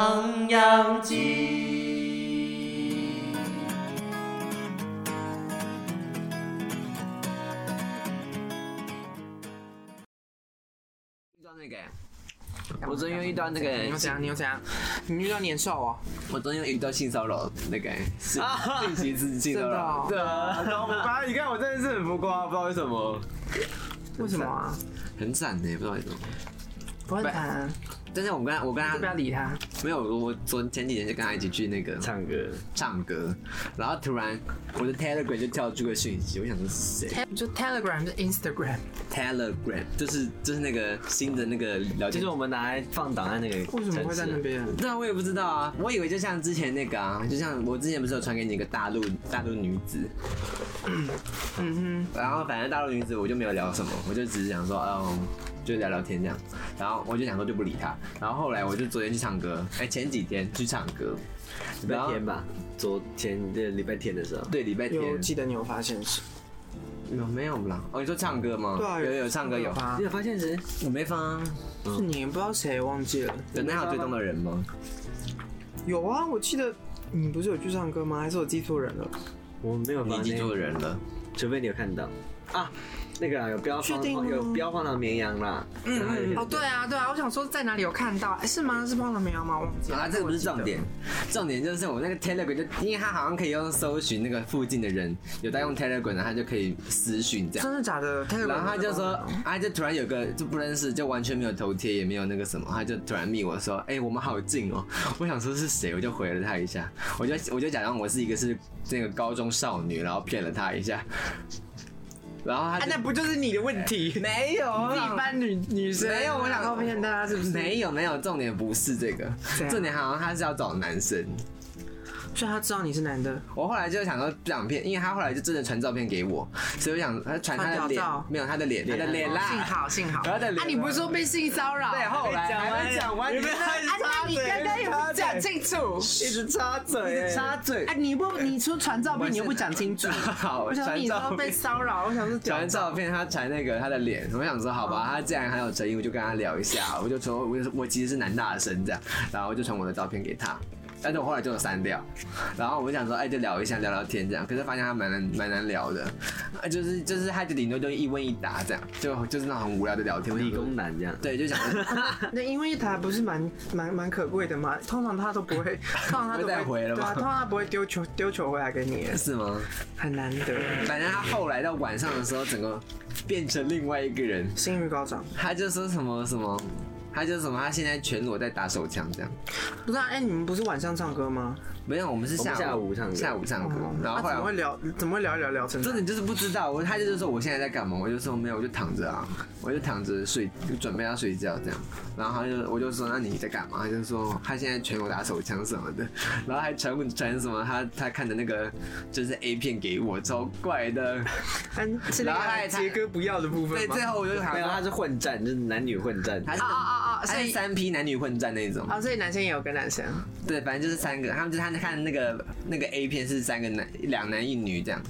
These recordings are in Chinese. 唐扬鸡。遇到那个，我真又遇到那个，你又怎样？你又怎样？你遇到年兽哦、我真又遇到性骚扰那个，是性歧视性骚扰，真对啊，然后啊！你看我真的是很浮夸，不知道为什么。为什么啊？很赞的，不知道为什么。不会谈、啊，但是我跟他，我跟不要他理他。没有，我昨前几天就跟他一起去那个唱歌，唱歌，然后突然我的 Telegram 就跳出个讯息，我想说是谁 Te- 就 Telegram 就 Instagram， ？Telegram 就是就是那个新的那个聊就天是我们拿来放档案那个。为什么会在那？边？对啊，我也不知道啊，我以为就像之前那个啊，就像我之前不是有传给你一个大陆大陆女子，嗯哼，然后反正大陆女子我就没有聊什么，我就只是想说，嗯，就聊聊天这样，然后我就想说就不理她，然后后来我就昨天去唱歌，哎、前几天去唱歌，礼拜天吧，昨天的礼拜天的时候。对，礼拜天有记得你有发现是？有没有啦？哦，你说唱歌吗？对啊，有有唱歌有，发你，有发现时？我没放啊。是你不知道谁忘记了？有啊那还有追踪的人吗？有啊，我记得你不是有去唱歌吗？还是我记错人了？我没有发你现。记错人了。除非你有看到啊，那个啊有标确定吗放有标放到绵羊啦。嗯哦，对啊，对啊，我想说在哪里有看到？哎、是吗？是忘了没有吗？我忘记了。啊，这个不是重点，重点就是我那个 Telegram 就，因为它好像可以用搜寻那个附近的人，有在用 Telegram 的，他就可以私讯这样嗯真。的假的？Telegram 然后他就说有，啊，就突然有个就不认识，就完全没有头贴，也没有那个什么，他就突然密我说，哎、我们好近哦。 我想说是谁，我就回了他一下，我就我就假装我是一个是那个高中少女，然后骗了他一下，然后他哎、就、那不就是你的问题？没有啊你自己班女女生没有我想然后啊骗大家是不是？没有没有，重点不是这个怎，样重点好像他是要找男生。所以他知道你是男的。我后来就想说不想骗，因为他后来就真的传照片给我，所以我想他传他的传屌脸照，哦没有他的脸，他的脸幸啦。好幸好。不要再啊，你不是说被性骚扰？对，后来还没讲完，你们啊，那你刚刚也不讲清楚。一直插嘴插嘴啊，。你不，你说传照片，你又不讲 清楚。好，我想说传你照说被片。骚扰，我想说传照片，他传那个他的脸，我想说好嗯吧，他既然很有诚意，我就跟他聊一下，我就说，我就我其实是南大生这样，然后我就传我的照片给他，但是我后来就有删掉，然后我就想说，哎，就聊一下，聊聊天这样，可是发现他蛮难蛮难聊的，啊，就是就是他就顶多就一问一答这样，就就是那种很无聊的聊天，我想理说工男这样。对，就想说 那因为他不是蛮蛮蛮可贵的嘛，通常他都不会，通常他都不会再回了对吗啊，通常他不会丢球丢球回来给你，是吗？很难 得，反正他后来到晚上的时候，整个变成另外一个人，性欲高涨。他就说什么什么，他就什么，他现在全裸在打手枪这样。不是啊，哎，你们不是晚上唱歌吗？没有，我们是我们下下午唱歌哦下午唱歌，然后啊后怎来么会我。聊？怎么会聊一聊聊成这真样？的就是不知道，我他就是说我现在在干嘛，我就说没有，我就躺着啊，我就躺着睡，就准备要睡觉这样。然后他就我就说那你在干嘛？他就说他现在全裸打手枪什么的， 然后还传传什么他他看的那个就是 A 片给我，超怪的。啊是然后他那还个杰哥不要的部对，分吗最？后我就想没有，说他是啊混战，就是男女混战。他是哦哦哦，他所是以三批男女混战那种，哦，所以男生也有跟男生。对，反正就是三个，他们就他看那个那个 A 片是三个男两男一女这样，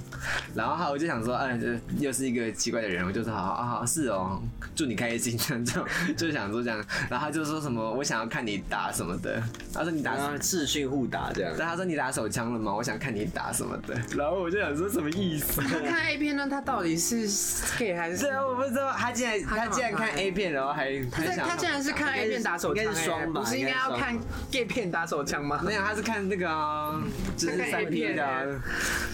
然后我就想说，嗯、就又是一个奇怪的人，我就说好啊好是哦，祝你开心这样，就就想说这样，然后他就说什么我想要看你打什么的，他说你打然什嗯后视讯互打这样。然后他说你打手枪了吗？我想看你打什么的，然后我就想说什么意思？看 A 片呢，他到底是 gay 还是 对？啊，我不知道，他竟然他干他嘛竟然看看 A 片，然后还他还在想他竟然是看 A 片打手枪、应该是欸，双吧不是应该要应该看是 gay 片打手枪吗？ 没有，他是看那个、啊，就是看 A 三 P 片的、欸啊，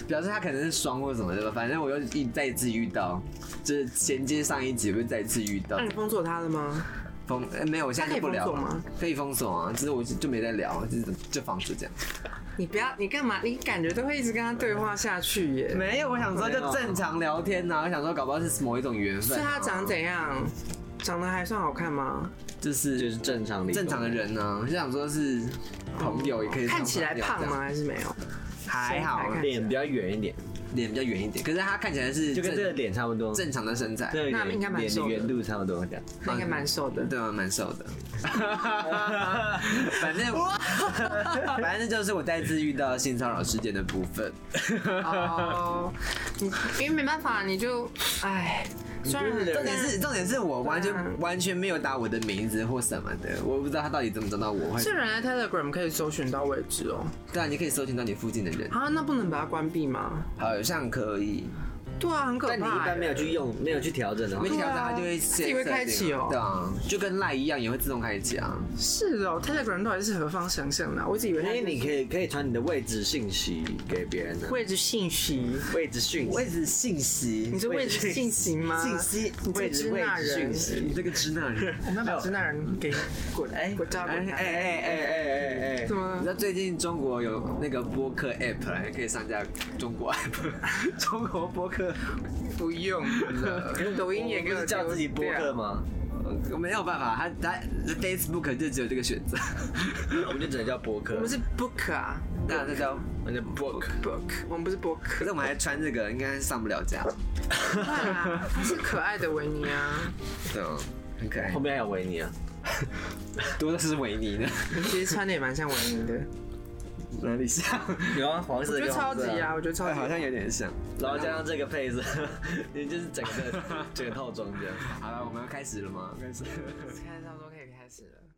表示他可能是双或什么的吧。反正我又一再一次遇到，就是衔接上一集，我又再一次遇到那你封锁他了吗？封、呃没有，我现在就不聊了他可以封锁吗？可以封锁啊，只是我就就没再聊，就是就放着这样。你不要，你干嘛？你感觉都会一直跟他对话下去耶。没有，我啊想说就正常聊天呐、我想说搞不好是某一种缘分、啊所以他长怎样？长得还算好看吗？就是就是正常理工正常的人呢、啊就想说是朋友也可以当朋友这样。看起来胖吗？还是没有？还好啊还，看脸比较圆一点，脸比较圆一点，可是他看起来是就跟这个正脸差不多。正常的身材。这个那应该蛮脸瘦的的圆度差不多这样。那应该蛮瘦的。对啊，蛮瘦的。 反正 反正就是我再次遇到性骚扰事件的部分。哦，你因为没办法，你就唉，虽然 重点是重点是我完全、对啊完全没有打我的名字或什么的，我不知道他到底怎么找到我。会这人在 Telegram 可以搜寻到位置哦。对啊，你可以搜寻到你附近的人，啊，那不能把它关闭吗？好像可以。对啊，很可怕欸。但你一般没有去用，没有去调整的话没，调整对啊它就会自己会设定开启哦对啊，就跟赖一样也会自动开启啊。是哦，Telegram 到底是何方神圣呢？我一直以为因它为你可以可以传你的位置信息给别人的位置信息，位置讯息，位置信息，你是位置信息吗？信息你这位个置支位那置讯人，息。你这个直男 人。我们要把支那人给滚，哎，滚哎蛋，哎滚哎哎哎哎哎哎！怎么你知道最近中国有那个播客 app 可以上架中国 app，中国播客不用了，抖音也给不我是叫自己播客吗？我没有办法，他他 Facebook 就只有这个选择。啊我们就只能叫播客。我们是 book 啊那这叫我们叫播客。 ，book，我们不是播可 客。是我们还穿这个，应该上不了架。对啊，他是可爱的维尼啊，对啊，很可爱后，面还有维尼啊，多的是维尼的，你其实穿的也蛮像维尼的，哪里像？有啊，黄我色觉跟得超红级色啊，，我觉得超级，好像有点像。然后加上这个配色， 你就是整个整个套装这样。好了，我们要开始了吗？开始。现在差不多可以开始了。